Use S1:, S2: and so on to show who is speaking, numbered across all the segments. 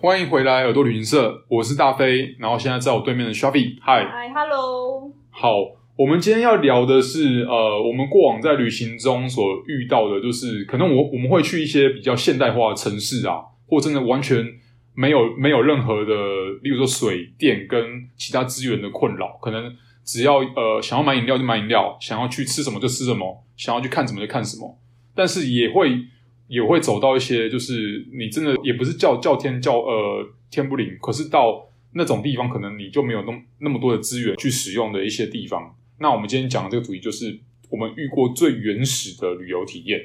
S1: 欢迎回来耳朵旅行社，我是大飞，然后现在在我对面的 Shafi，嗨，
S2: 嗨，Hello，
S1: 好，我们今天要聊的是，呃，我们过往在旅行中所遇到的，就是可能我我们会去一些比较现代化的城市啊，或真的完全没有没有任何的，例如说水电跟其他资源的困扰，可能只要呃想要买饮料就买饮料，想要去吃什么就吃什么，想要去看什么就看什么，但是也会也会走到一些，就是你真的也不是叫叫天叫呃天不灵，可是到那种地方，可能你就没有那么那么多的资源去使用的一些地方。那我们今天讲的这个主题就是我们遇过最原始的旅游体验，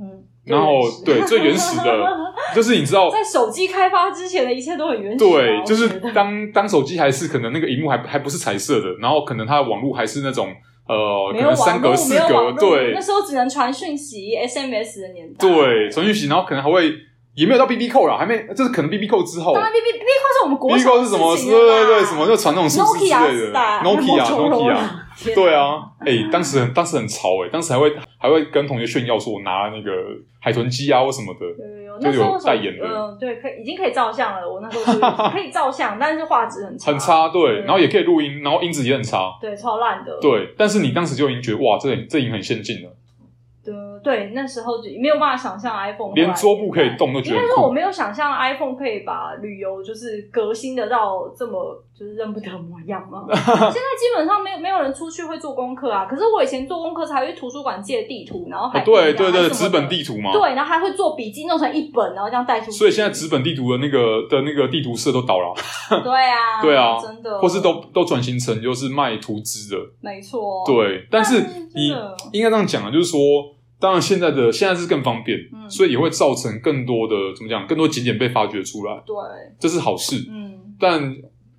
S2: 嗯，
S1: 然后对最原始 的，就是你知道，
S2: 在手机开发之前的一切都很原始啊，
S1: 对，
S2: 我
S1: 就是
S2: 觉得
S1: 当当手机还是可能那个荧幕还还不是彩色的，然后可能它的网络还是那种呃，
S2: 没
S1: 可
S2: 有
S1: 能
S2: 网
S1: 三
S2: 络
S1: 格四
S2: 没有
S1: 格，
S2: 网络
S1: 对
S2: 那时候只能传讯息 SMS 的年代，
S1: 对，传讯息，然后可能还会也没有到 B B 扣啦，还没，这是可能 B B 扣之后
S2: 当然 B B B B 扣是我们国
S1: B B
S2: 小
S1: 扣
S2: 的
S1: 是什么？
S2: 事
S1: 是
S2: 情
S1: 对
S2: 了
S1: 对
S2: 啦
S1: 对，什么就传那种数字之
S2: Nokia
S1: 类
S2: 时
S1: 的
S2: 代
S1: ，Nokia Nokia，
S2: Motorola 天哪
S1: 对啊，哎、当时很当时很潮哎、当时还会还会跟同学炫耀说我拿了那个海豚机啊或什么的，
S2: 有有有，
S1: 就
S2: 那时
S1: 有
S2: 候手
S1: 代言的
S2: 嗯，对，可以已经可以照相了。我那时候 是可以照相，但是画质很差，
S1: 很，差对，
S2: 嗯
S1: 然后也可以录音，然后音质也很差
S2: 对，超烂的。
S1: 对，但是你当时就已经觉得哇，这这已经很先进了，
S2: 对对，那时候就没有办法想象 iPhone
S1: 连
S2: 后来
S1: 桌布可以
S2: 年代
S1: 动都觉
S2: 应
S1: 得
S2: 该
S1: 很
S2: 说我
S1: 酷，
S2: 没有想象 iPhone 可以把旅游就是革新的到这么就是认不得模样嘛。 现在基本上没有没有人出去会做功课啊。可是我以前做功课才会去图书馆借地图，然后还、
S1: 哦、对对对，
S2: 纸
S1: 纸本地图嘛，
S2: 对，然后还会做笔记，弄成一本，然后这样带出去。
S1: 所以现在纸本地图的那个的那个地图社都倒了，
S2: 对啊
S1: 对啊
S2: 真的，
S1: 或是都都转型成就是卖图资的，
S2: 没错，，
S1: 对，但是
S2: 但是
S1: 你
S2: 真的
S1: 应该这样讲啊，就是说，当然现在的现在是更方便，
S2: 嗯
S1: 所以也会造成更多的怎么讲，更多景点被发掘出来，
S2: 对，
S1: 这是好事。
S2: 嗯，
S1: 但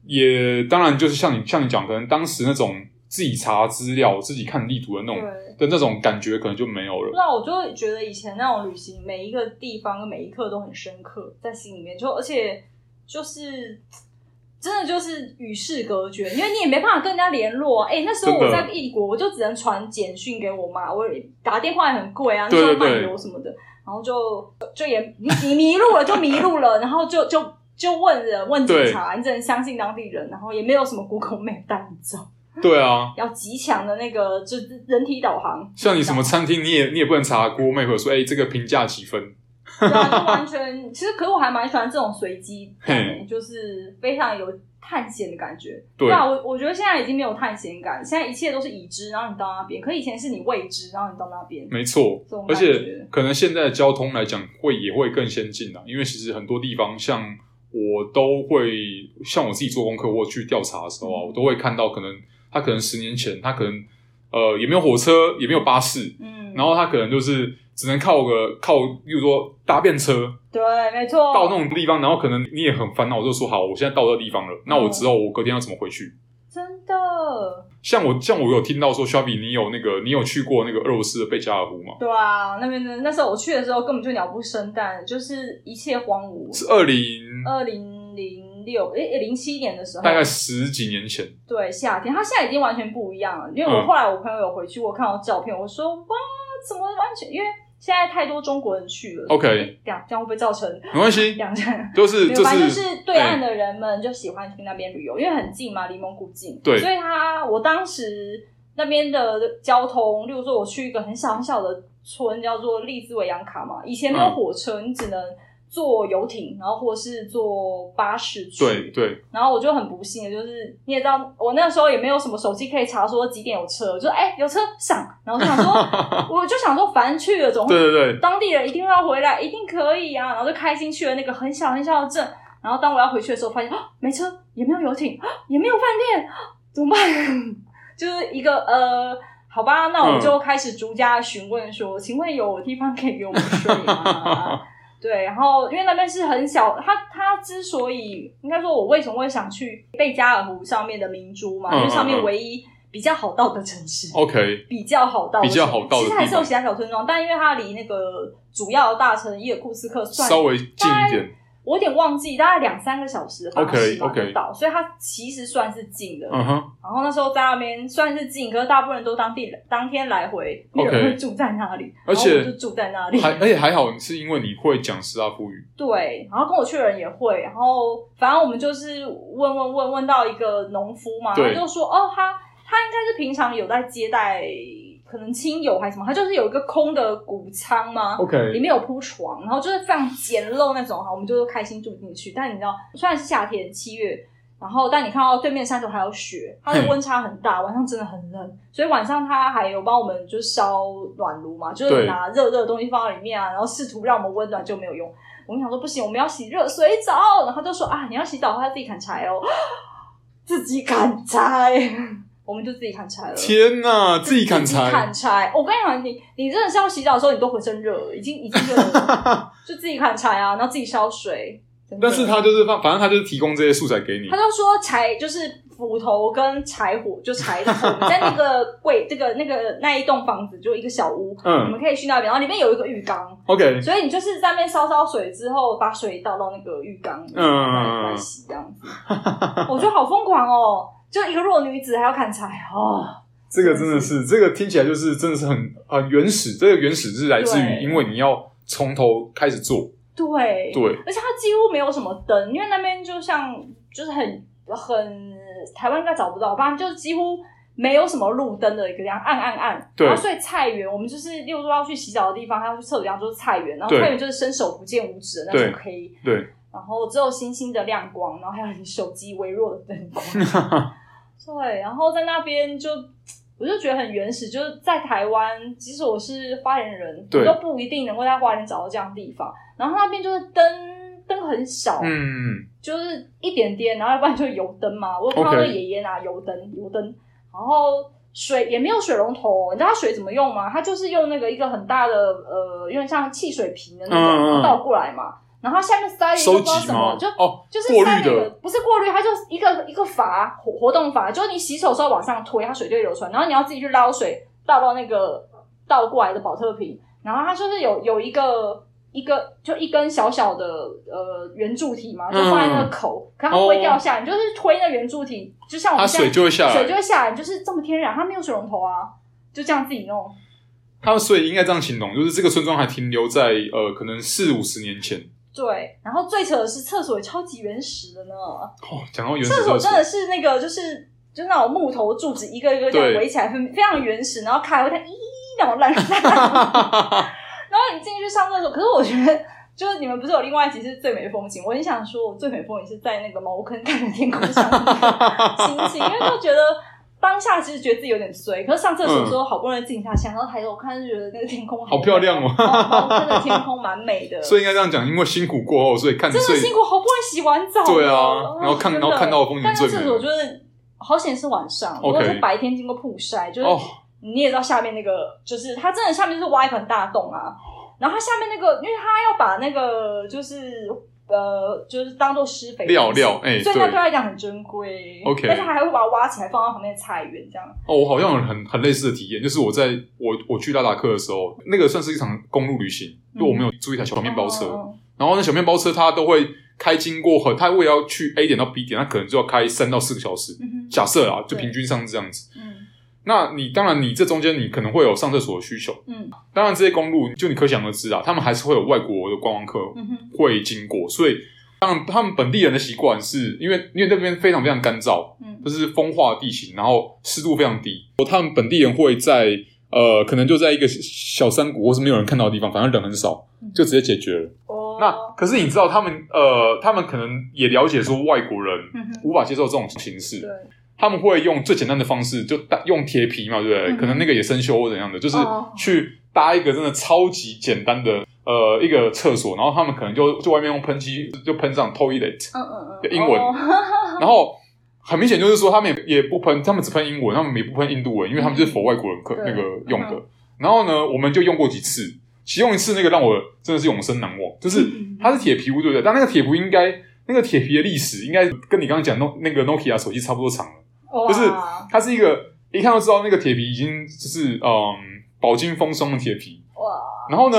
S1: 也当然就是像你像你讲，可能当时那种自己查资料、自己看地图的那
S2: 对。
S1: 种的那种感觉，可能就没有
S2: 不知
S1: 了。
S2: 道，我就会觉得以前那种旅行，每一个地方跟每一刻都很深刻，在心里面。就而且就是真的就是与世隔绝，因为你也没办法跟人家联络、啊。哎、那时候
S1: 真的
S2: 我在异国，我就只能传简讯给我妈，我打电话也很贵啊，那
S1: 对
S2: 时候
S1: 对对
S2: 漫游什么的，然后就就也你你迷路了就迷路了，然后就就。就问人问警察，你只能相信当地人，然后也没有什么 Google Map 带你走，
S1: 对啊，
S2: 要极强的那个就是人体导航。
S1: 像你什么餐厅，你也你也不能查 Google Map 说，哎、这个评价几分？
S2: 对啊，就完全。其实，可是我还蛮喜欢这种随机感的，
S1: 嘿
S2: 就是非常有探险的感觉。
S1: 对
S2: 啊，我我觉得现在已经没有探险感，现在一切都是已知，然后你到那边。可以前是你未知，然后你到那边。
S1: 没错
S2: 这种，
S1: 而
S2: 感觉
S1: 且可能现在的交通来讲会也会更先进啊啦，因为其实很多地方像我都会，像我自己做功课或去调查的时候啊，
S2: 嗯
S1: 我都会看到可能他可能十年前他可能呃也没有火车也没有巴士，
S2: 嗯，
S1: 然后他可能就是只能靠个靠，比如说搭便车
S2: 对，没错。
S1: 到那种地方，然后可能你也很烦恼，就说好，我现在到这个地方了，那
S2: 嗯
S1: 我之后我隔天要怎么回去？
S2: 真的，
S1: 像我像我有听到说 s h a b i 你有那个你有去过那个俄罗斯的贝加尔湖吗？
S2: 对啊，那边的那时候我去的时候根本就鸟不生蛋，就是一切荒
S1: 是
S2: 芜。
S1: 二零
S2: 二零零六诶零七年的时候，
S1: 大概十几年前，
S2: 对夏天，它现在已经完全不一样了。因
S1: 嗯
S2: 为我后来我朋友有回去，我看到照片，我说哇，怎么完全？因为现在太多中国人去了。
S1: OK
S2: 诶这样这样会不会造成
S1: 没关系，
S2: 两战？
S1: 就是
S2: 没有
S1: 就
S2: 反
S1: 是哎
S2: 正就是对岸的人们就喜欢去那边旅游，因为很近嘛，离蒙古近。
S1: 对
S2: 所以他我当时那边的交通，例如说我去一个很小很小的村，叫做利兹维扬卡嘛，以前没有
S1: 嗯
S2: 火车，你只能坐游艇，然后或是坐巴士去。
S1: 对对
S2: 然后我就很不幸的，就是你也知道，我那时候也没有什么手机可以查说几点有车，就说哎、有车上，然后就想 说，我就想说反正去了总会
S1: 对对对，
S2: 当地人一定要回来，一定可以啊，然后就开心去了那个很小很小的镇，然后当我要回去的时候，发现啊没车，也没有游艇，啊也没有饭店，啊怎么办？ 就是一个呃。好吧，那我
S1: 嗯
S2: 就开始逐家询问说，请问有地方可以给我们睡吗？ 对，然后因为那边是很小，它它之所以应该说，我为什么会想去贝加尔湖上面的明珠嘛，
S1: 嗯
S2: 因为
S1: 嗯
S2: 上面
S1: 嗯
S2: 唯一比较好到的城市，
S1: OK，
S2: 比较好到的
S1: 比较
S2: 城市
S1: 好到的
S2: 其实还
S1: 地
S2: 是
S1: 方
S2: 有其他小村庄，但因为它离那个主要的大城伊尔库斯克算
S1: 稍微近一点，
S2: 我有点忘记，大概两三个小时的巴士
S1: OK，OK
S2: 吧就到所以它其实算是近的。
S1: 嗯哼，
S2: 然后那时候在那边算是近，可是大部分人都当地人当天来回，没有
S1: OK
S2: 人会住在那里，
S1: 而且
S2: 然后我就住在那里。
S1: 还而且还好，是因为你会讲斯拉夫语，
S2: 对，然后跟我去的人也会，然后反正我们就是问问问问到一个农夫嘛，
S1: 对
S2: 他就说哦，他他应该是平常有在接待可能亲友还是什么，他就是有一个空的谷仓嘛。里
S1: OK，
S2: 面有铺床，然后就是非常简陋那种哈，我们就开心住进去。但你知道，虽然是夏天七月，然后但你看到对面山头还有雪，它的
S1: 嘿
S2: 温差很大，晚上真的很冷，所以晚上他还有帮我们就是烧暖炉嘛，就是
S1: 对
S2: 拿热热的东西放到里面啊，然后试图让我们温暖就没有用。我们想说不行，我们要洗热水澡，然后他就说啊，你要洗澡的话要自己砍柴哦， 自己砍柴， 我们就自己砍柴了。
S1: 天哪，自己砍
S2: 自己
S1: 柴
S2: 砍柴。我跟你讲，你你真的是要洗澡的时候，你都浑身热，已经已经热 了，就自己砍柴啊，然后自己烧水。真的
S1: 但是他就是放，反正他就是提供这些素材给你
S2: 他。就说柴就是斧头跟柴火，就柴火在那个柜这个那个那一栋房子就一个小屋，你
S1: 嗯
S2: 们可以去那边，然后里面有一个浴缸，
S1: ，OK，
S2: 所以你就是在那边烧烧水之后，把水倒到那个浴缸里，
S1: 嗯
S2: 来来洗这样子。我觉得好疯狂哦！就一个弱女子还要砍柴哦。
S1: 这个真的是，这个听起来就是真的是很很原始，这个原始是来自于
S2: 对
S1: 因为你要从头开始做，
S2: 对
S1: 对，
S2: 而且它几乎没有什么灯，因为那边就像就是很很台湾应该找不到，反正就是几乎没有什么路灯的一个地方，暗暗暗。
S1: 对
S2: 然后所以菜园，我们就是例如说要去洗澡的地方，还要去厕所的地方，就是菜园，然后
S1: 对
S2: 菜园就是伸手不见五指的那
S1: 对
S2: 种黑，
S1: 对，
S2: 然后只有星星的亮光，然后还有你手机微弱的灯 光。对，然后在那边就。我就觉得很原始，就是在台湾，即使我是花莲人，
S1: 对
S2: 我都不一定能够在花莲找到这样的地方。然后那边就是灯灯很少，
S1: 嗯，
S2: 就是一点点，然后要不然就是油灯嘛。 我有看到
S1: OK
S2: 那爷爷拿油灯，油灯，然后水也没有水龙头、你知道它水怎么用吗？它就是用那个一个很大的呃，有点像汽水瓶的那
S1: 嗯
S2: 种，
S1: 嗯嗯
S2: 倒过来嘛。然后它下面塞了一个
S1: 收
S2: 不知道
S1: 集
S2: 什么
S1: 吗，？
S2: 就
S1: 哦，
S2: 就是
S1: 过
S2: 塞
S1: 滤
S2: 了一个
S1: 的，
S2: 不是过滤，它就是一个一个阀活活动阀，就是你洗手的时候往上推，它水就会流出来，然后你要自己去捞水倒到那个倒过来的保特瓶，然后它就是有有一个一个就一根小小的呃圆柱体嘛，就放在那
S1: 嗯
S2: 个口，可它不会掉下来，你就是推那圆柱体，就像我
S1: 它
S2: 们现在
S1: 水就会下
S2: 水就
S1: 来，
S2: 会下来，就是这么天然，它没有水龙头啊，就这样自己弄。
S1: 它所以应该这样形容，就是这个村庄还停留在呃可能四五十年前。
S2: 对，然后最扯的是厕所也超级原始的呢，
S1: 哦，讲到原始
S2: 厕所
S1: 厕
S2: 真的是那个，就是就是那种木头柱子，一个一个这
S1: 对
S2: 样围起来，很非常原始，然后开会它咦那种 烂烂，然后你进去上厕所，可是我觉得。就是你们不是有另外一集是最美风景？我很想说，我最美风景是在那个茅坑看着天空上的星星，因为就觉得当下其实觉得自己有点衰，可是上厕所的时候好不容易静下心来，然后抬头看就觉得那个天空
S1: 好漂亮哦
S2: 茅坑的天空蛮美的。
S1: 所以应该这样讲，因为辛苦过后，所以看
S2: 真
S1: 所
S2: 的
S1: 以
S2: 辛苦，好不容易洗完澡了，
S1: 对啊
S2: 哦
S1: 然后看
S2: 真
S1: 然后看到的风景
S2: 但那
S1: 最美
S2: 厕所就是好险是晚上，如
S1: OK
S2: 果是白天经过曝晒，就是
S1: 哦，
S2: 你也知道下面那个，就是它真的下面就是挖一个很大的洞啊，然后它下面那个，因为它要把那个就是呃就是当做施肥
S1: 料料哎
S2: 所以它
S1: 对
S2: 对它来讲很珍贵
S1: OK
S2: 但是还会把它挖起来放到旁边的菜园这样，
S1: 哦，我好像有很很类似的体验，就是我在我我去拉达克的时候，那个算是一场公路旅行，
S2: 嗯
S1: 就我们有租一台小面包车，
S2: 嗯
S1: 然后那小面包车它都会开经过很，它为了要去 A 点到 B 点，它可能就要开三到四个小时，
S2: 嗯
S1: 假设啊，就
S2: 对
S1: 平均上是这样子。
S2: 嗯
S1: 那你当然你这中间你可能会有上厕所的需求，
S2: 嗯
S1: 当然这些公路就你可想而知啊，他们还是会有外国的观光客
S2: 嗯哼
S1: 会经过，所以当然他们本地人的习惯是因为因为那边非常非常干燥，
S2: 嗯
S1: 就是风化地形，然后湿度非常低。他们本地人会在呃，可能就在一个小山谷或是没有人看到的地方，反正人很少，就直接解决了。
S2: 嗯哦
S1: 那可是你知道，他们呃，他们可能也了解说外国人
S2: 嗯哼
S1: 无法接受这种形
S2: 对
S1: 式，他们会用最简单的方式，就搭用铁皮嘛，对不对？
S2: 嗯
S1: 可能那个也生锈或怎样的，就是
S2: 哦
S1: 去搭一个真的超级简单的呃一个厕所，然后他们可能就就外面用喷漆就喷上 toilet，
S2: 嗯嗯嗯
S1: 英文
S2: 哦
S1: 然后很明显就是说，他们也也不喷，他们只喷英文，他们也不喷印度文，因为他们就是否外国人可
S2: 嗯对
S1: 那个用的
S2: 嗯。
S1: 然后呢，我们就用过几次，其中一次那个让我真的是永生难忘，就是
S2: 嗯
S1: 它是铁皮屋，对不对？但那个铁皮屋应该那个铁皮的历史应该跟你刚刚讲诺那个 Nokia 手机差不多长了。
S2: 哇
S1: 就是它是一个一看就知道那个铁皮已经就是嗯饱经风霜的铁皮。
S2: 哇
S1: 然后呢，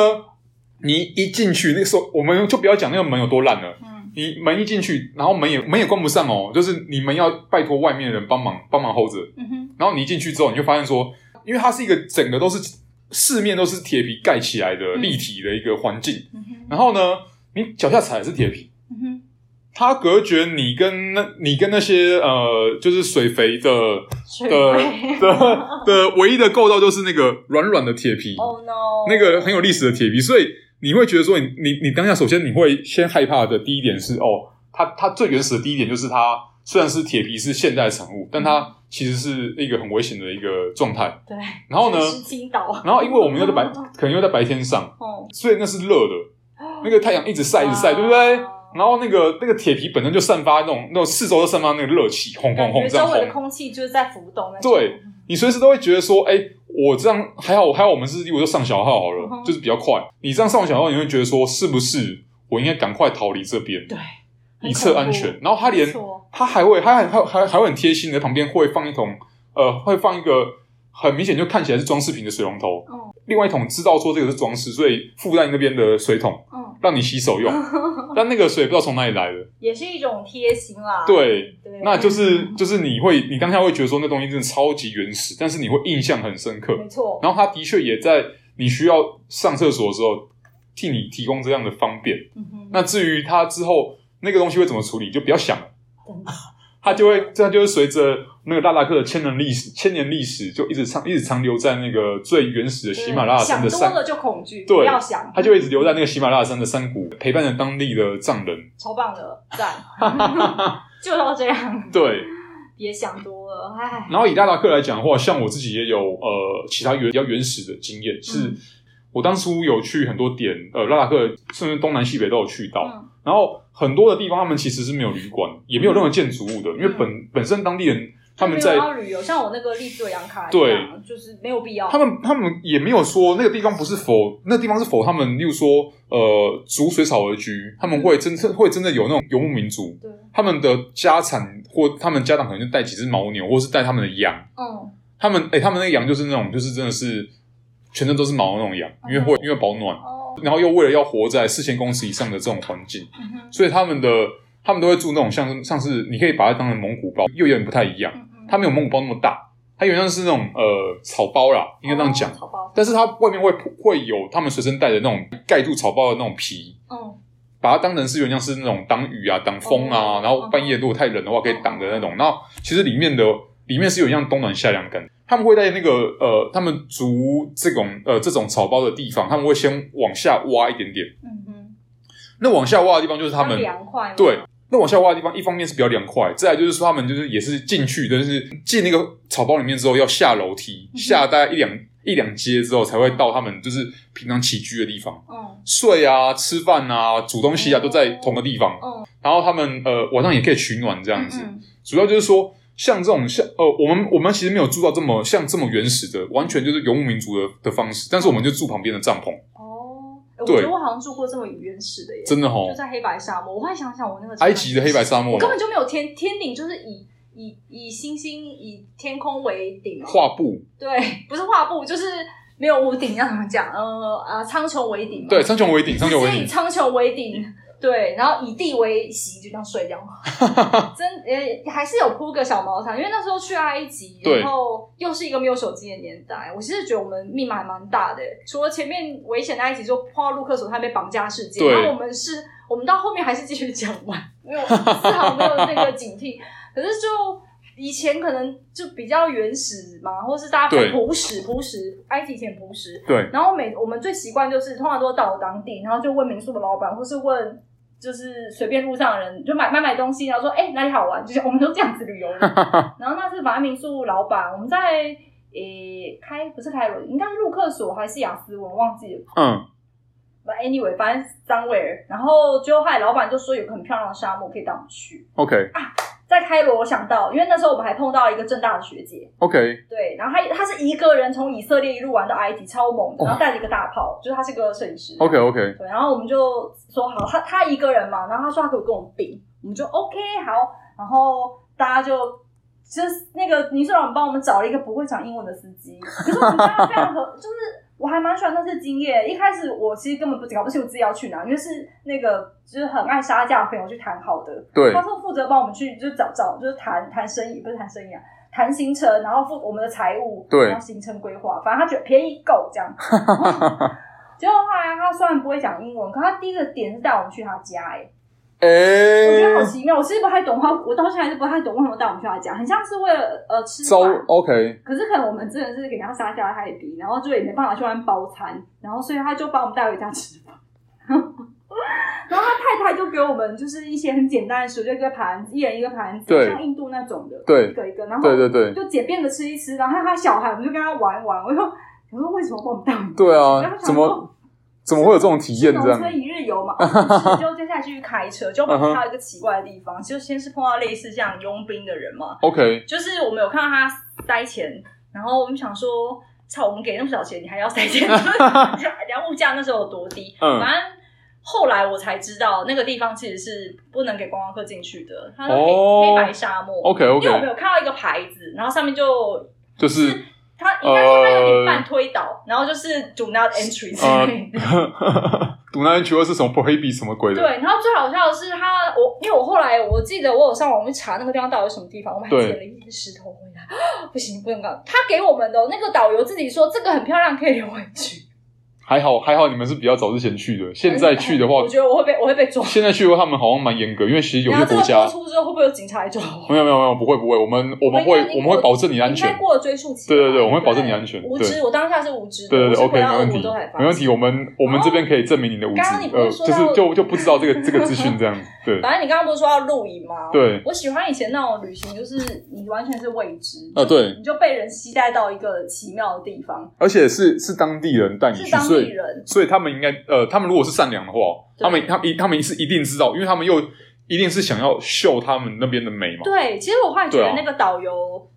S1: 你一进去那时候，我们就不要讲那个门有多烂了。
S2: 嗯。
S1: 你门一进去，然后门也门也关不上哦，就是你们要拜托外面的人帮忙帮忙 hold 着。
S2: 嗯哼，
S1: 然后你一进去之后，你就发现说，因为它是一个整个都是四面都是铁皮盖起来的
S2: 嗯
S1: 立体的一个环境，
S2: 嗯哼，
S1: 然后呢，你脚下踩的是铁皮，
S2: 嗯哼，
S1: 它隔绝你跟那你跟那些呃就是水肥的
S2: 水
S1: 的
S2: 鬼
S1: 的的唯一的构造就是那个软软的铁皮，
S2: ，Oh no，
S1: 那个很有历史的铁皮，所以你会觉得说你，你你当下首先你会先害怕的第一点是哦，它它最原始的第一点就是它虽然是铁皮是现代的产物，但
S2: 嗯
S1: 它其实是一个很危险的一个状态。
S2: 对，
S1: 然后呢，
S2: 是青岛，
S1: 然后因为我们又在白，可能又在白天上，
S2: 哦，
S1: 所以那是热的，那个太阳一直晒一直晒，对不对？
S2: 啊
S1: 然后那个那个铁皮本身就散发那种那种四周都散发那个热气，轰轰
S2: 感
S1: 轰
S2: 觉
S1: 这样
S2: 周围
S1: 轰
S2: 的，空气就是在浮动那种，
S1: 对你随时都会觉得说，哎、我这样还好，还好我们是，例如说上小号好了，
S2: 嗯哼
S1: 就是比较快。你这样上完小号，你会觉得说，是不是我应该赶快逃离这边，
S2: 对，
S1: 以策安全？然后他
S2: 他
S1: 连他还会，他还还还还会很贴心的在旁边会放一桶，呃，会放一个很明显就看起来是装饰品的水龙头，
S2: 嗯
S1: 另外一桶知道说这个是装饰，所以附在那边的水桶
S2: 嗯，
S1: 让你洗手 用，但那个水不知道从哪里来的，
S2: 也是一种贴心啦，
S1: 对，
S2: 对，
S1: 那就是就是你会，你当下会觉得说那东西真的超级原始，但是你会印象很深刻。
S2: 没错，
S1: 然后它的确也在你需要上厕所的时候替你提供这样的方便。
S2: 嗯哼，
S1: 那至于它之后那个东西会怎么处理，就不要想了，它就会这样就会随着那个大达克的千年历史，千年历史就一直长一直长留在那个最原始的喜马拉雅山
S2: 想
S1: 的
S2: 多
S1: 山。
S2: 了就恐惧，
S1: 对
S2: 不要想，
S1: 它就一直留在那个喜马拉雅山的山谷，陪伴着当地的藏人。
S2: 超棒的， 赞， 就要这样，
S1: 对，
S2: 别想多了，唉，
S1: 然后以拉达克来讲的话，像我自己也有呃其他原比较原始的经验，是、
S2: 嗯
S1: 我当初有去很多点，呃拉达克甚至东南西北都有去到，
S2: 嗯
S1: 然后很多的地方他们其实是没有旅馆，也没有任何建筑物的，因为本、本身当地人他们
S2: 嗯没
S1: 在
S2: 有啊要旅游，像我那个丽兹维扬卡一
S1: 对
S2: 样，就是没有必要，
S1: 他们他们也没有说那个地方不是否那个地方是否他们，例如说呃逐水草而居，他们会真
S2: 嗯
S1: 正会真的有那种游牧民族，
S2: 对，
S1: 他们的家产或他们家长可能就带几只牦牛，或是带他们的羊。
S2: 嗯，
S1: 他们哎、他们那个羊就是那种，就是真的是全身都是毛的那种羊，因为会因为保暖，
S2: 哦，
S1: 然后又为了要活在四千公尺以上的这种环境，
S2: 嗯哼，
S1: 所以他们的他们都会住那种像像是你可以把它当成蒙古包，又有点不太一样。
S2: 嗯嗯，
S1: 它没有蒙古包那么大，它有点像是那种呃草包啦，应该这样讲
S2: 哦。草包，
S1: 但是它外面会会有他们随身带的那种盖住草包的那种皮，
S2: 嗯，
S1: 把它当成是有点像是那种挡雨啊、挡风啊，
S2: 哦
S1: 然后半夜如果太冷的话可以挡的那种。然后其实里面的里面是有一样冬暖夏凉的感觉。他们会在那个呃，他们筑这种呃这种草包的地方，他们会先往下挖一点点。
S2: 嗯哼，
S1: 那往下挖的地方就是他们
S2: 当凉快吗，
S1: 对，那往下挖的地方，一方面是比较凉快，再来就是说他们就是也是进去，但是进那个草包里面之后要下楼梯，
S2: 嗯哼
S1: 下大概一两一两阶之后才会到他们就是平常起居的地方，
S2: 嗯
S1: 睡啊、吃饭啊、煮东西啊
S2: 哦
S1: 都在同个地方。
S2: 嗯，
S1: 然后他们呃晚上也可以取暖这
S2: 这
S1: 样子。
S2: 嗯
S1: 主要就是说，像这种像呃，我们我们其实没有住到这么像这么原始的，完全就是游牧民族的的方式，但是我们就住旁边的帐篷，
S2: 哦，我
S1: 对
S2: 觉得我好像住过这么原始的耶，
S1: 真的吼
S2: 就在黑白沙漠。我还想想，我那个
S1: 埃及的黑白沙漠
S2: 我根本就没有天天顶，就是以以以星星以天空为顶嘛，哦
S1: 画布，
S2: 对，不是画布，就是没有屋顶，要怎么讲？呃啊，苍穹为顶嘛，
S1: 对，苍穹为顶，苍穹为
S2: 直接以
S1: 顶，
S2: 苍穹为顶。对，然后以地为席，就这样睡掉。真呃，还是有铺个小毛毯，因为那时候去埃及，
S1: 对
S2: 然后又是一个没有手机的年代，我其实觉得我们密码还蛮大的。除了前面危险的埃及之后，碰到陆克索他被绑架事件，
S1: 对
S2: 然后我们是，我们到后面还是继续讲完，没有丝毫没有那个警惕。可是就以前可能就比较原始嘛，或是大家
S1: 对
S2: 朴实朴实，埃及以前朴实，
S1: 对，
S2: 然后每我们最习惯就是通常都到了当地，然后就问民宿的老板，或是问就是随便路上的人，就买买买东西，然后说哎、哪里好玩，就是我们都这样子旅游。然后那次反正民宿老板，我们在诶、开不是开罗，应该是陆克索还是雅思文忘记了。
S1: 嗯，
S2: 反正 anyway，反正 somewhere，然后最后后来老板就说有个很漂亮的沙漠可以带我们去。
S1: OK
S2: 在开罗，我想到，因为那时候我们还碰到一个正大的学姐，
S1: OK，
S2: 对，然后她她是一个人从以色列一路玩到埃及，超猛的，然后带着一个大炮，就是她是个摄影师。
S1: OK OK，
S2: 对，然后我们就说好，他他一个人嘛，然后他说他可以跟我们并，我们就 OK 好，然后大家就。就是那个倪社长帮我们找了一个不会讲英文的司机，可是我们跟他非常合，就是 我还蛮喜欢那次经验。一开始我其实根本不搞不清楚自己要去哪，因为是那个就是很爱杀价的朋友去谈好的，
S1: 对
S2: 他，说负责帮我们去就是找找就是谈谈生意，不是谈生意啊，谈行程，然后负我们的财务，
S1: 对
S2: 然后行程规划，反正他觉得便宜够 这样。结果后来他虽然不会讲英文，可他第一个点是带我们去他家、欸，
S1: 哎、
S2: 我觉得好奇妙，我其实不太懂他，我到现在还是不太懂为什么带我们去他家，很像是为了呃吃
S1: 招
S2: 饭。
S1: OK，
S2: 可是可能我们真的是给他杀价太低，然后就也没办法去外面包餐，然后所以他就把我们带回家吃饭。 然后他太太就给我们就是一些很简单的食物，就一个盘，一人一个盘子，
S1: 对
S2: 像印度那种的，
S1: 对
S2: 一个一个，然后
S1: 对对对
S2: 就简便的吃一吃。然后他小孩，我们就跟他玩一玩。我就我说为什么把我们带回家？
S1: 对
S2: 然
S1: 啊
S2: 后，他
S1: 怎么怎么会有这种体验这
S2: 农
S1: 样？嗯
S2: 村一日 游嘛，哦就接下来继续开车，就碰到一个奇怪的地方，就先是碰到类似这样佣兵的人嘛，
S1: OK，
S2: 就是我们有看到他塞钱，然后我们想说，操，我们给那么少钱，你还要塞 钱？ 然后物价那时候有多低？
S1: 嗯
S2: 反正后来我才知道，那个地方其实是不能给观光客进去的，它是黑、
S1: 哦
S2: 黑白沙漠。
S1: OK
S2: 因为我们
S1: OK，
S2: 有看到一个牌子，然后上面就
S1: 就是
S2: 它应该说它有点半
S1: 呃
S2: 推倒，然后就是 do not entry 之
S1: 呃
S2: 类的。
S1: 赌男人球是什么 prohibit 什么鬼的？
S2: 对，然后最好笑的是他，我因为我后来我记得我有上网去查那个地方到底是什么地方，我们还
S1: 对
S2: 捡了一片石头回来。 不行，不能搞。他给我们的哦那个导游自己说这个很漂亮，可以留回去。
S1: 还好还好，你们是比较早之前去的，现在去的话
S2: 我，觉得我会被我会被抓。
S1: 现在去的话，他们好像蛮严格，因为其实有
S2: 然
S1: 些
S2: 后这
S1: 国
S2: 个播
S1: 家
S2: 出之后会不会有警察来抓我？
S1: 没有没有没有，不会不会，我们我们
S2: 我
S1: 会
S2: 应该已经
S1: 我们会保证你安
S2: 应该
S1: 全，
S2: 过了追溯期
S1: 对
S2: 吧。
S1: 对对我们会保证你安全
S2: 无
S1: 对
S2: 知，我当下是无知的。
S1: 对对
S2: 我是
S1: 对
S2: 回
S1: ，OK，
S2: 到
S1: 没问题
S2: 俄国之后才，发
S1: 没问题，
S2: 现
S1: 我们我们这边可以证明你的无知
S2: 哦刚刚你，不是
S1: 呃，
S2: 说
S1: 就
S2: 到
S1: 是就就不知道这个这个资讯 这样子，对
S2: 反正你刚刚不是说要露营吗？。
S1: 对，
S2: 我喜欢以前那种旅行，就是你完全是未知，
S1: 啊对，
S2: 你就被人期待到一个奇妙的地方，
S1: 而且是是当地人带你
S2: 是
S1: 去，
S2: 当
S1: 所
S2: 地
S1: 以
S2: 人，
S1: 所以他们应该呃，他们如果是善良的话，
S2: 对
S1: 他们他们一他们是一定知道，因为他们又一定是想要秀他们那边的美嘛，
S2: 对，其实我后来觉
S1: 对
S2: 得
S1: 啊
S2: 那个导游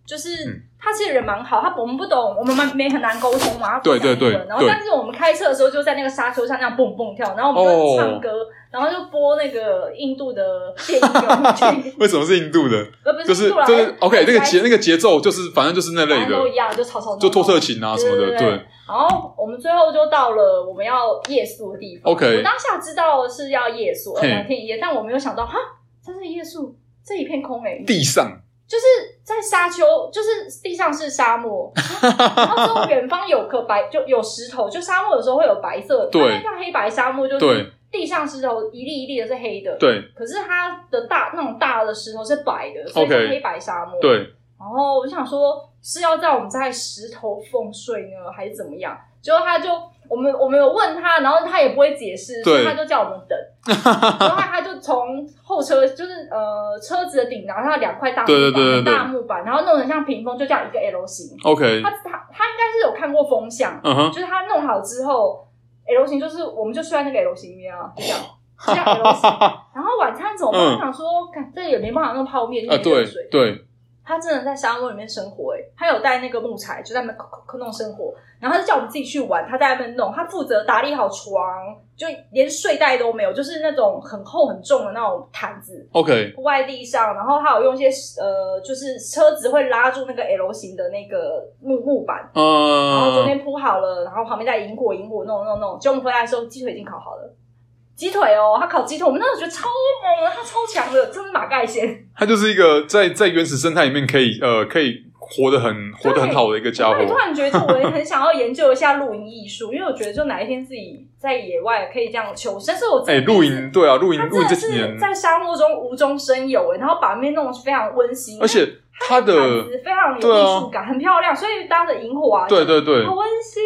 S2: 就是、
S1: 嗯
S2: 他其实人蛮好，他我们不懂，我们蛮没很难沟通嘛，他不
S1: 对
S2: 讲英
S1: 对对
S2: 文然后
S1: 对
S2: 但是我们开车的时候就在那个沙丘上那样蹦蹦跳，然后我们就
S1: 哦
S2: 唱歌，然后就播那个印度的电影给我们 听，
S1: 为什么是印度的？
S2: 呃不
S1: 就是是
S2: 印度啦
S1: 就
S2: 还
S1: 是 OK，那个节
S2: 还
S1: 那个节奏就是反正就是那类
S2: 反正都
S1: 的，
S2: 一样，就吵吵闹闹
S1: 就托特琴啊什么
S2: 对对
S1: 的，
S2: 对
S1: 对
S2: 然后我们最后就到了我们要夜宿的地方。
S1: OK
S2: 我当下知道是要夜宿，呃
S1: 嘿
S2: 两天一夜，但我没有想到哈，这是夜宿，这一片空哎、欸，
S1: 地上
S2: 就是在沙丘，就是地上是沙漠，然后之后远方有个白， 就有石头，就沙漠有时候会有白色，
S1: 对
S2: 它那像黑白沙漠，就
S1: 对
S2: 是地上石头一粒一粒的是黑的，，
S1: 对
S2: 可是它的大那种大的石头是白的，所以
S1: OK
S2: 是黑白沙漠，。
S1: 对，
S2: 然后我就想说，是要在我们在石头缝睡呢，还是怎么样？结果他就我们我们有问他，然后他也不会解释，
S1: 对
S2: 所以他就叫我们 等。然后他就从后车，就是呃车子的顶，然后他两块大木板，
S1: 对对对嗯对对
S2: 大木板，然后弄得像屏风，就叫一个 L 型。
S1: OK，
S2: 他他他应该是有看过风向，
S1: 嗯哼，
S2: 就是他弄好之后，L 型就是我们就睡在那个 L 型里面啊，就这样。就这样 L 型，然后晚餐怎么办？
S1: 嗯
S2: 我想说，看这也没办法弄泡面，
S1: 啊
S2: 那
S1: 对
S2: 水，
S1: 对，
S2: 他真的在沙漠里面生活、欸，他有带那个木材，就在那边弄生活，然后他就叫我们自己去玩，他在那边弄，他负责打理好床，就连睡袋都没有，就是那种很厚很重的那种毯子
S1: OK
S2: 铺在地上，然后他有用一些呃，就是车子会拉住那个 L 型的那个木木板，
S1: 呃
S2: 然后中
S1: 嗯，
S2: 间铺好了，然后旁边再引火引火弄弄弄，结果我们回来的时候鸡腿已经烤好了。鸡腿哦，他烤鸡腿，我们那时候觉得超猛的，他超强的，真是马盖先。
S1: 他就是一个在在原始生态里面可以呃可以活得很活得很好的一个家
S2: 我突
S1: 伙，
S2: 然觉得，我也很想要研究一下露营艺术，因为我觉得，就哪一天自己在野外可以这样求生，是我自己
S1: 哎，露营对啊，露营
S2: 他
S1: 露
S2: 真
S1: 营
S2: 的
S1: 这几年
S2: 是，在沙漠中无中生有哎，然后把面弄得非常温馨，
S1: 而且他
S2: 它的毯
S1: 的
S2: 子非常有
S1: 对啊
S2: 艺术感，很漂亮，所以搭着萤火啊，
S1: 对对对，
S2: 好温哦馨。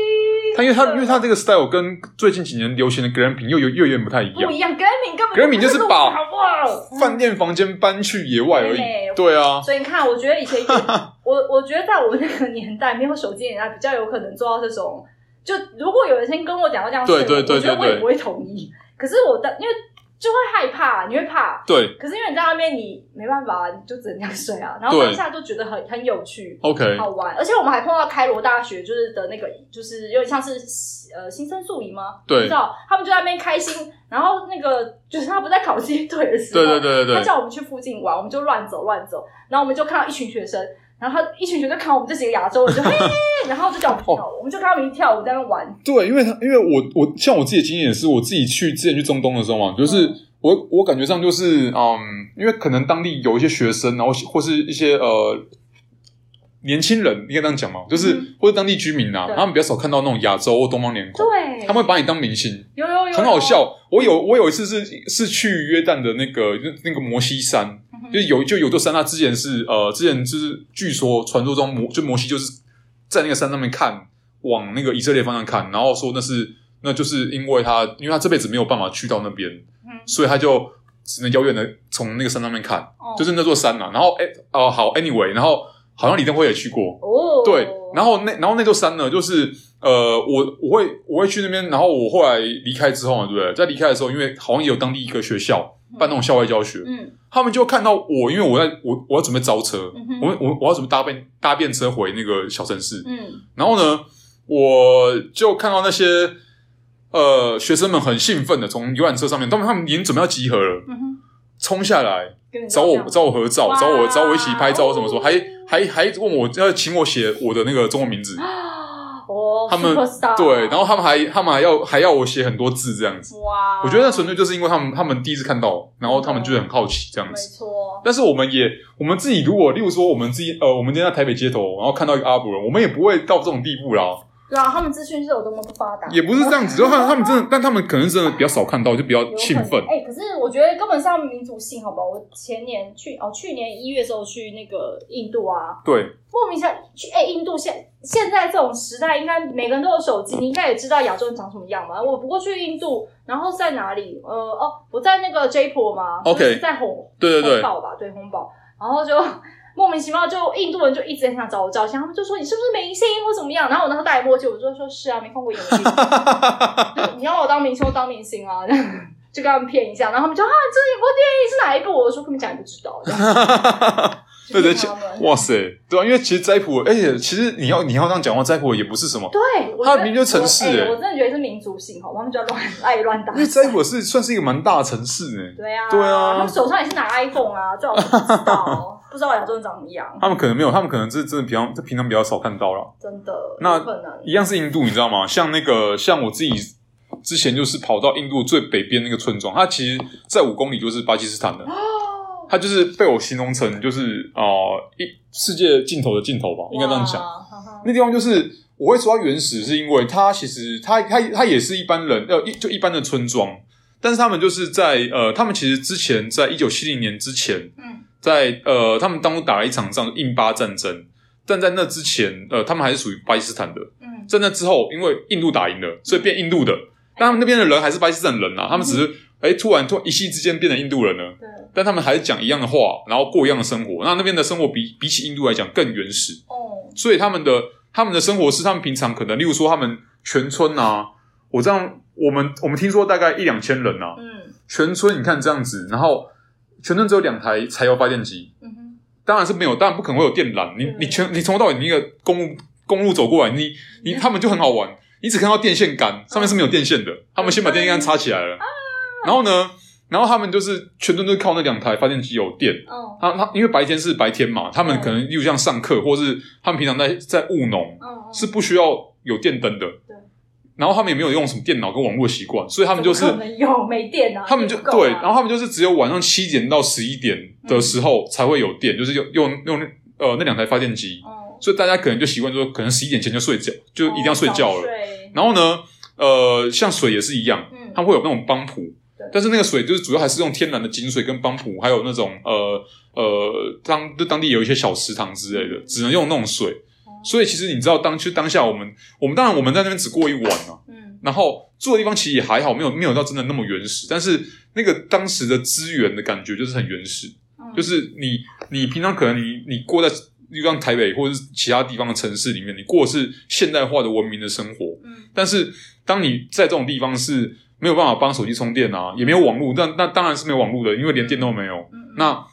S1: 他因为他因为他这个 style 跟最近几年流行的 glamping 又有又有点不太一
S2: 不
S1: 样。
S2: 一样，Garmin 根本
S1: glamping 就是是
S2: 露营
S1: 把
S2: 好不好？
S1: 饭店房间搬去野外而已
S2: 嗯对。
S1: 对啊，
S2: 所以你看，我觉得以前 我我觉得在我那个年代没有手机的年代，比较有可能做到这种。就如果有人先跟我讲到这样的事，
S1: 对对对
S2: 我觉得
S1: 对
S2: 我也
S1: 对
S2: 不会同意。可是我的因为就会害怕，你会怕。
S1: 对
S2: 可是因为你在那边，你没办法，你就只能这样睡 啊。然后
S1: 对
S2: 当下就觉得很很有趣。
S1: ，OK，
S2: 好玩，而且我们还碰到开罗大学，就是的那个，就是有点像是呃新生宿营吗？
S1: 对
S2: 不知道他们就在那边开心，然后那个就是他不在烤鸡腿的时候，
S1: 对对对对
S2: 哦他
S1: 对，
S2: 叫我们去附近玩，我们就乱走乱走，然后我们就看到一群学生，然后他一群人就看我们这几个亚洲人就嘿，然后就叫我们跳舞，我们就看他们一跳舞在那边玩，
S1: 对，因为他因为我我像我自己的经验也是，我自己去之前去中东的时候嘛，
S2: 嗯
S1: 就是我我感觉上就是嗯，因为可能当地有一些学生，然后或是一些呃年轻人，应该这样讲嘛，就是、
S2: 嗯
S1: 或者当地居民啊，
S2: 对
S1: 他们比较少看到那种亚洲或东方脸孔，
S2: 对，啊
S1: 他们会把你当明星，
S2: 有有有
S1: 很好，笑。我有我有一次是是去约旦的那个那个摩西山，
S2: 嗯
S1: 就是有就有座山，它之前是呃，之前就是据说传说中摩就摩西就是在那个山上面看，往那个以色列方向看，然后说那是那就是因为他因为他这辈子没有办法去到那边，
S2: 嗯
S1: 所以他就只能遥远的从那个山上面看，
S2: 哦
S1: 就是那座山嘛、然后哎哦、好，anyway，然后好像李登辉也去过，
S2: 哦，
S1: 对，然后那然后那座山呢，就是呃，我我会我会去那边，然后我后来离开之后嘛，对不对？在离开的时候，因为好像也有当地一个学校办那种校外教学，
S2: 嗯
S1: 他们就看到我，因为我在我我要准备招车，
S2: 嗯哼
S1: 我我我要准备搭便搭便车回那个小城市，
S2: 嗯
S1: 然后呢，我就看到那些呃学生们很兴奋的从游览车上面，他们他们已经准备要集合了，
S2: 嗯哼，
S1: 冲下来
S2: 跟你
S1: 找
S2: 照
S1: 我
S2: 相
S1: 找我合照，
S2: 哇
S1: 找我找我一起拍照什么什么，还
S2: 哦
S1: 还还问我要请我写我的那个中文名字。
S2: 啊，哦，
S1: 他们
S2: superstar
S1: 对，然后他们还他们还要还要我写很多字这样子。
S2: 哇，
S1: 我觉得那纯粹就是因为他们他们第一次看到，然后他们就是很好奇这样
S2: 没
S1: 子。
S2: 错，
S1: 但是我们也我们自己如果例如说我们自己呃我们今天在台北街头，然后看到一个阿伯人，我们也不会到这种地步 啦，
S2: 对啊，他们资讯是有多么不发达，
S1: 也不是这样子。就他他们真的，但他们可能真的比较少看到，就比较
S2: 有
S1: 兴
S2: 可
S1: 奋
S2: 能。哎、可是我觉得根本上民族性，好不好？我前年去哦，去年一月的时候去那个印度啊，
S1: 对，
S2: 莫名其妙去哎、印度现现在这种时代，应该每个人都有手机，你应该也知道亚洲人长什么样吧？我不过去印度，然后在哪里？呃，哦，我在那个 Jaipur 嘛
S1: OK
S2: 就是在红
S1: 对对对
S2: 红堡吧，对红堡，然后就。 莫名其妙，就印度人就一直很想找我照相，他们就说你是不是明星或怎么样？然后我那时候戴墨镜，我就说是啊，没看过眼镜。 你要我当明星，我当明星啊， 就跟他们骗一下，然后他们就啊，这部电影是哪一部？我说根本讲也不 知道，这样
S1: 对对
S2: 就骗他们
S1: 哇塞，对啊，因为其实斋普尔，而且其实你要你要这样讲话，斋普尔也不是什么，
S2: 对，我
S1: 他
S2: 觉得
S1: 明明就是城市
S2: 我哎
S1: 哎
S2: 我真的觉得是民族性，好吗，他们就要乱 爱乱打
S1: 因。为斋普尔是算是一个蛮大的城市呢，
S2: 对啊，
S1: 对啊
S2: 他们手上也是拿 iPhone 啊，最好是不知道，不知道亚洲人长什么样，
S1: 他们可能没有，他们可能是真的平常平常比较少看到啦。
S2: 真的，
S1: 那
S2: 有可 能
S1: 一样是印度，你知道吗？像那个，像我自己之前就是跑到印度最北边那个村庄，它其实在五公里就是巴基斯坦的，
S2: 哦，
S1: 它就是被我形容成就是啊、呃一世界尽头的尽头吧，应该这样讲。
S2: 哇哈哈
S1: 那地方就是我会说它原始，是因为它其实它它它也是一般人呃一就一般的村庄，但是他们就是在呃他们其实之前在一九七零年之前，
S2: 嗯，
S1: 在呃他们当初打了一场仗印巴战争，但在那之前呃他们还是属于巴基斯坦的。
S2: 嗯，
S1: 在那之后，因为印度打赢了，所以变印度的。但他们那边的人还是巴基斯坦人啊，他们只是哎、突然突然一夕之间变成印度人了，
S2: 对，
S1: 但他们还是讲一样的话，然后过一样的生活。那那边的生活比比起印度来讲更原始，
S2: 哦，
S1: 所以他们的他们的生活是他们平常可能，例如说他们全村啊，我这样我们我们听说大概一两千人啊，
S2: 嗯
S1: 全村你看这样子，然后全村只有两台柴油发电机，
S2: 嗯哼，
S1: 当然是没有，当然不可能会有电缆。你
S2: 嗯
S1: 你全你从头到尾，你一个公路公路走过来，你你他们就很好玩。你只看到电线杆上面是没有电线的，他们先把电线杆插起来了。然后呢，然后他们就是全村都是靠那两台发电机有电。
S2: 哦，
S1: 他他因为白天是白天嘛，他们
S2: 嗯
S1: 可能例如像上课，或是他们平常在在务农，
S2: 嗯，
S1: 是不需要有电灯的
S2: 对。
S1: 然后他们也没有用什么电脑跟网络习惯，所以他
S2: 他
S1: 们就是
S2: 有没电啊，
S1: 他们就
S2: 电不嗯够啊
S1: 对，然后他们就是只有晚上七点到十一点的时候才会有电，就是用用用呃那两台发电机，
S2: 哦，
S1: 所以大家可能就习惯说，可能十一点前就睡觉，就一定要睡觉
S2: 哦早
S1: 了。
S2: 睡
S1: 然后呢，呃，像水也是一样，
S2: 嗯，
S1: 它会有那种帮浦
S2: 对，
S1: 但是那个水就是主要还是用天然的井水跟帮浦，还有那种呃呃当就当地有一些小池塘之类的，只能用那种水。
S2: 嗯哦
S1: 所以其实你知道当就当下我们我们当然我们在那边只过一晚啊，
S2: 嗯
S1: 然后住的地方其实也还好，没有没有到真的那么原始，但是那个当时的资源的感觉就是很原始，
S2: 嗯，
S1: 就是你你平常可能你你过在就像台北或者是其他地方的城市里面，你过的是现代化的文明的生活，
S2: 嗯
S1: 但是当你在这种地方是没有办法帮手机充电啊，也没有网络，那那当然是没有网络的，因为连电都没有。
S2: 嗯，
S1: 那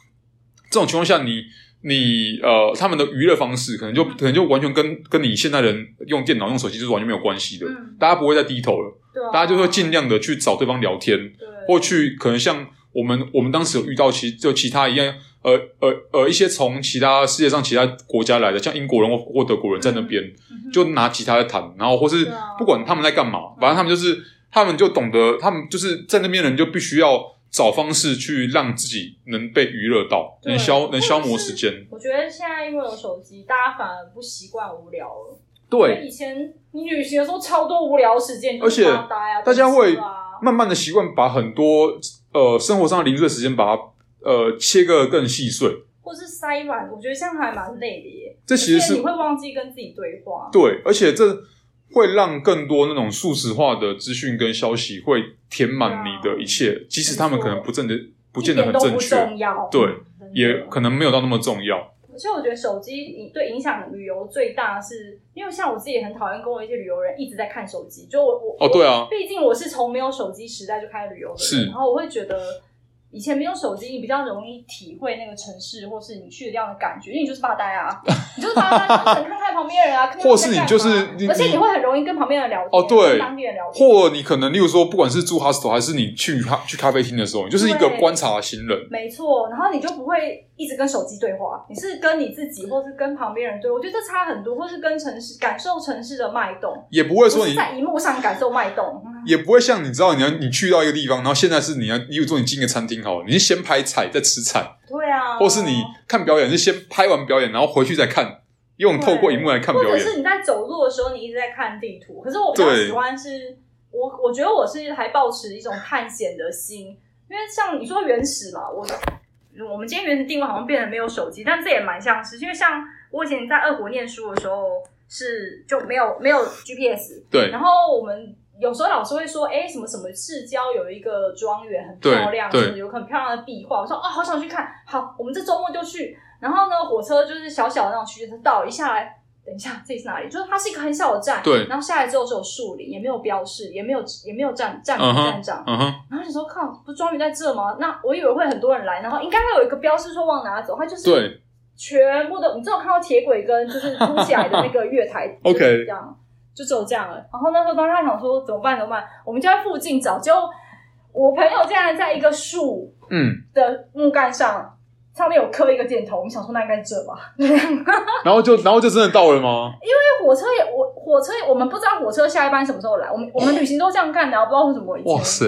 S1: 这种情况下你，你呃，他们的娱乐方式可能就可能就完全跟跟你现代人用电脑用手机就是完全没有关系的，
S2: 嗯
S1: 大家不会再低头了。
S2: 对啊
S1: 大家就会尽量的去找对方聊天，
S2: 对
S1: 或去可能像我们我们当时有遇到其就其他一样，呃呃呃一些从其他世界上其他国家来的，像英国人或或德国人在那边、
S2: 嗯
S1: 就拿吉他在弹，然后或是
S2: 对啊
S1: 不管他们在干嘛，反正他们就是他们就懂得，他们就是在那边人就必须要找方式去让自己能被娱乐到，
S2: 对
S1: 能消能消
S2: 或
S1: 磨
S2: 者是
S1: 时间。
S2: 我觉得现在因为有手机，大家反而不习惯无聊了。因为
S1: 对，
S2: 以前你旅行的时候超多无聊时间，
S1: 而且
S2: 就是发呆啊
S1: 大家
S2: 读书
S1: 会
S2: 啊
S1: 慢慢的习惯把很多呃生活上的零碎时间把它呃切割得更细碎。
S2: 或是塞满，我觉得这样还蛮累的耶。
S1: 这其实
S2: 而且
S1: 是
S2: 你会忘记跟自己对话。
S1: 对，而且这会让更多那种速食化的资讯跟消息会填满你的一切，即使他们可能不正的不见得
S2: 啊一
S1: 很
S2: 点都
S1: 正
S2: 不
S1: 确，
S2: 重要，嗯
S1: 对
S2: 真的，
S1: 也可能没有到那么重要。
S2: 而且我觉得手机对影响旅游最大的是，因为像我自己也很讨厌跟我一些旅游人一直在看手机，就我我
S1: 哦，对啊，
S2: 毕竟我是从没有手机时代就开始旅游的人，
S1: 是
S2: 然后我会觉得以前没有手机，你比较容易体会那个城市或是你去的地方的感觉，因为你就是发呆 啊，你就是发呆，你就只能看看旁边的人啊，看看
S1: 或是
S2: 在干嘛
S1: 你就是你
S2: 而且你会很容易跟旁边人聊天，
S1: 哦对
S2: 跟当地人聊天，
S1: 或你可能，例如说，不管是住 hostel 还是你去咖去咖啡厅的时候，你就是一个
S2: 对
S1: 观察型人。
S2: 没错，然后你就不会一直跟手机对话，你是跟你自己或是跟旁边人对话，我觉得这差很多，或是跟城市感受城市的脉动，
S1: 也不会说
S2: 不
S1: 你
S2: 是，在荧幕上感受脉动，嗯
S1: 也不会像你知道，你要你去到一个地方，然后现在是你要，例如说你进一个餐厅好了，你是先拍菜再吃菜，
S2: 对啊，
S1: 或是你看表演是先拍完表演，然后回去再看，用透过荧幕来看
S2: 或
S1: 表
S2: 者
S1: 演。
S2: 是你在走路的时候，你一直在看地图。可是我比较
S1: 对
S2: 喜欢是，我我觉得我是还保持一种探险的心，因为像你说原始嘛，我我们今天原始定位好像变得没有手机，但这也蛮像是，因为像我以前在俄国念书的时候是就没有没有 GPS，
S1: 对
S2: 然后我们。有时候老师会说，哎、什么什么市郊有一个庄园很漂亮，
S1: 对
S2: 什么有很漂亮的壁画。我说啊、好想去看。好，我们这周末就去。然后呢，火车就是小小的那种区间，到一下来，等一下，这里是哪里？就是它是一个很小的站，
S1: 对
S2: 然后下来之后只有树林，也没有标示，也没有也没有站站
S1: 嗯哼
S2: 站长，
S1: 嗯哼，
S2: 然后你说靠，不庄园在这吗？那我以为会很多人来，然后应该会有一个标示说往哪走，它就是
S1: 对，
S2: 全部的，你只有看到铁轨跟就是凸起来的那个月台
S1: OK
S2: 就是这样就只有这样了。然后那时候当时还想说怎么办怎么办，我们就在附近找，结果我朋友竟然在一个树
S1: 嗯，
S2: 的木杆上，上面有刻一个箭头，我们想说那应该是这吧。
S1: 然后就然后就真的到了吗？
S2: 火车也我火车我们不知道火车下一班什么时候来，我们我们旅行都这样干的，不知道为什么以前。
S1: 哇塞，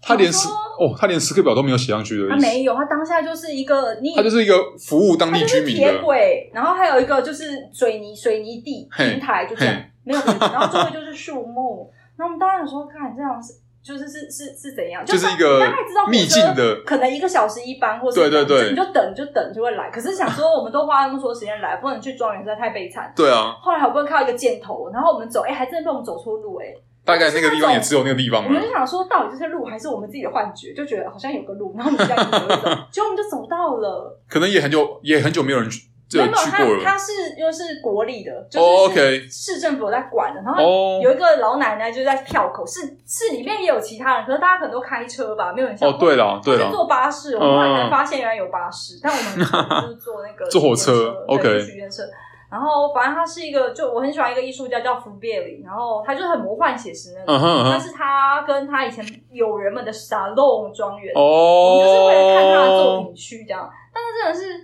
S1: 他连时
S2: 我
S1: 哦，他连时刻表都没有写上去的
S2: 他
S1: 意思，
S2: 啊没有，他当下就是一个你以
S1: 他就是一个服务当
S2: 它
S1: 地
S2: 就
S1: 居
S2: 是
S1: 民
S2: 铁
S1: 的，
S2: 轨，然后还有一个就是水泥水泥地
S1: 嘿
S2: 平台，就这样
S1: 嘿
S2: 没有 别的。然后周围就是树木。然后我们当然说，看这样是就是是是是怎样，
S1: 就是
S2: 是
S1: 一个
S2: 大概知道火车
S1: 秘境的
S2: 可能一个小时一班，或是
S1: 对对对
S2: 你就等就等就会来。可是想说，我们都花那么多时间来，不能去庄园，实在太悲惨。
S1: 对啊，
S2: 后来好不容易看到一个箭头，然后我们走，哎、还真的被我们走错路、哎，
S1: 大概那个地方也只有那个地方
S2: 我们
S1: 了
S2: 就。想说，到底这是路还是我们自己的幻觉？就觉得好像有个路，然后我们就这样子走 一走，结果我们就走到了。
S1: 可能也很久也很久没有人去这
S2: 没有，
S1: 去过
S2: 他
S1: 了
S2: 他是又是国立的，就是、
S1: 哦，OK
S2: 市政府有在管的。然后
S1: 哦
S2: 有一个老奶奶就在票口，是是里面也有其他人，可是大家可能都开车吧，没有人想
S1: 哦，对啦对
S2: 是
S1: 啦，
S2: 坐巴士，我们后来才发现原来有巴士，但我们就是坐那 个
S1: 坐火
S2: 区间
S1: 车
S2: 对
S1: OK
S2: 区间车。然后反正他是一个，就我很喜欢一个艺术家叫福别里，然后他就是很魔幻写实那种。
S1: 嗯哼嗯哼，
S2: 但是他跟他以前友人们的沙龙庄园我们就是为了看他的作
S1: 哦，
S2: 品去这样。但是真的是，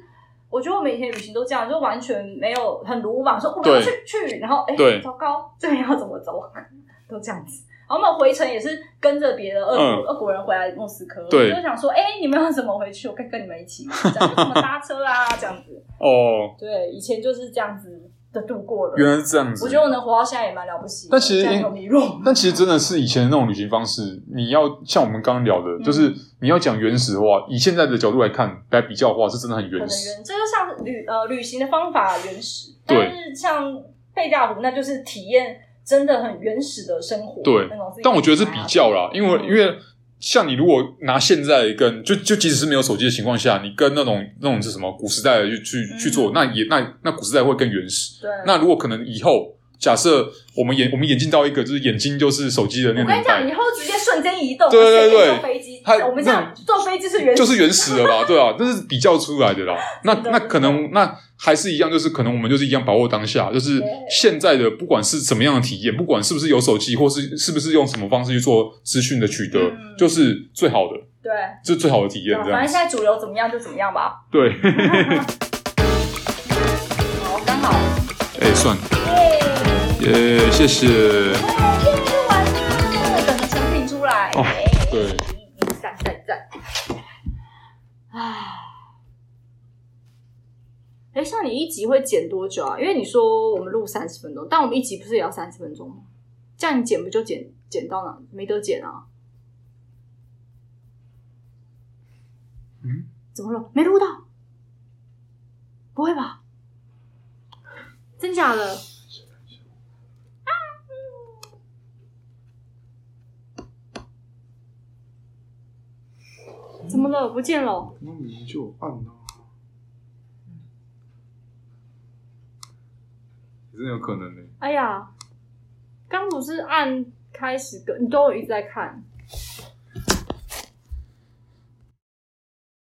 S2: 我觉得我们以前旅行都这样，就完全没有很鲁莽，说我们要去
S1: 对
S2: 去，然后哎，
S1: 对
S2: 糟糕，这里要怎么走，都这样子。然后我们回程也是跟着别的俄
S1: 嗯
S2: 国、俄国人回来莫斯科，
S1: 对
S2: 就想说，哎、你们要怎么回去？我可以跟你们一起，这样就怎么搭车啦，这样子。
S1: 哦，
S2: 对，以前就是这样子的度过了。
S1: 原来是这样
S2: 我
S1: 子
S2: 觉。得我能活到现在也蛮了不起的，
S1: 但其实
S2: 这样没有迷路。
S1: 但其实真的是以前那种旅行方式，你要像我们刚刚聊
S2: 嗯
S1: 的，就是你要讲原始的话，以现在的角度来看来比较的话，是真的很
S2: 可
S1: 原
S2: 能
S1: 始。
S2: 原这就像是旅呃旅行的方法原始，
S1: 对
S2: 但是像贝加尔湖那就是体验真的很原始的生活，
S1: 对
S2: 那种自己
S1: 但我觉得是比较啦，因为、
S2: 嗯
S1: 因为像你如果拿现在跟就就即使是没有手机的情况下，你跟那种那种是什么古时代的去去、
S2: 嗯
S1: 去做，那也那那古时代会更原始。
S2: 对。
S1: 那如果可能以后假设我们眼我们眼进到一个就是眼睛就是手机的那
S2: 我
S1: 个
S2: 跟
S1: 年
S2: 你讲，
S1: 代，
S2: 以后直接瞬间移动，
S1: 对对对
S2: 随便用飞机机
S1: 它，
S2: 我们这样坐飞机是原始
S1: 就是原始的 啦，对啊，这是比较出来的啦。那
S2: 真的
S1: 那可能那还是一样，就是可能我们就是一样把握当下，就是
S2: 对
S1: 现在的不管是什么样的体验，不管是不是有手机，或是是不是用什么方式去做资讯的取得，
S2: 嗯啊
S1: 就是最好的，
S2: 对，
S1: 这是最好的体验这样
S2: 反正现
S1: 子。
S2: 在主流怎么样就怎么样吧。
S3: 对，
S2: 好，刚好，
S1: 哎、算了，
S2: 耶，
S1: 耶、谢谢。
S2: 哎耶，完了，等着成品出来。
S3: 哦
S1: 对，
S2: 赞赞赞。唉，哎，像你一集会剪多久啊？因为你说我们录三十分钟，但我们一集不是也要三十分钟吗？这样你剪不就剪剪到哪没得剪啊？
S3: 嗯，
S2: 怎么了？没录到？不会吧？真假的？怎么了？不见了？
S3: 那你就按啊。
S2: 嗯
S3: 真的有可能呢、
S2: 哎呀，刚不是按开始跟你都有一直在看，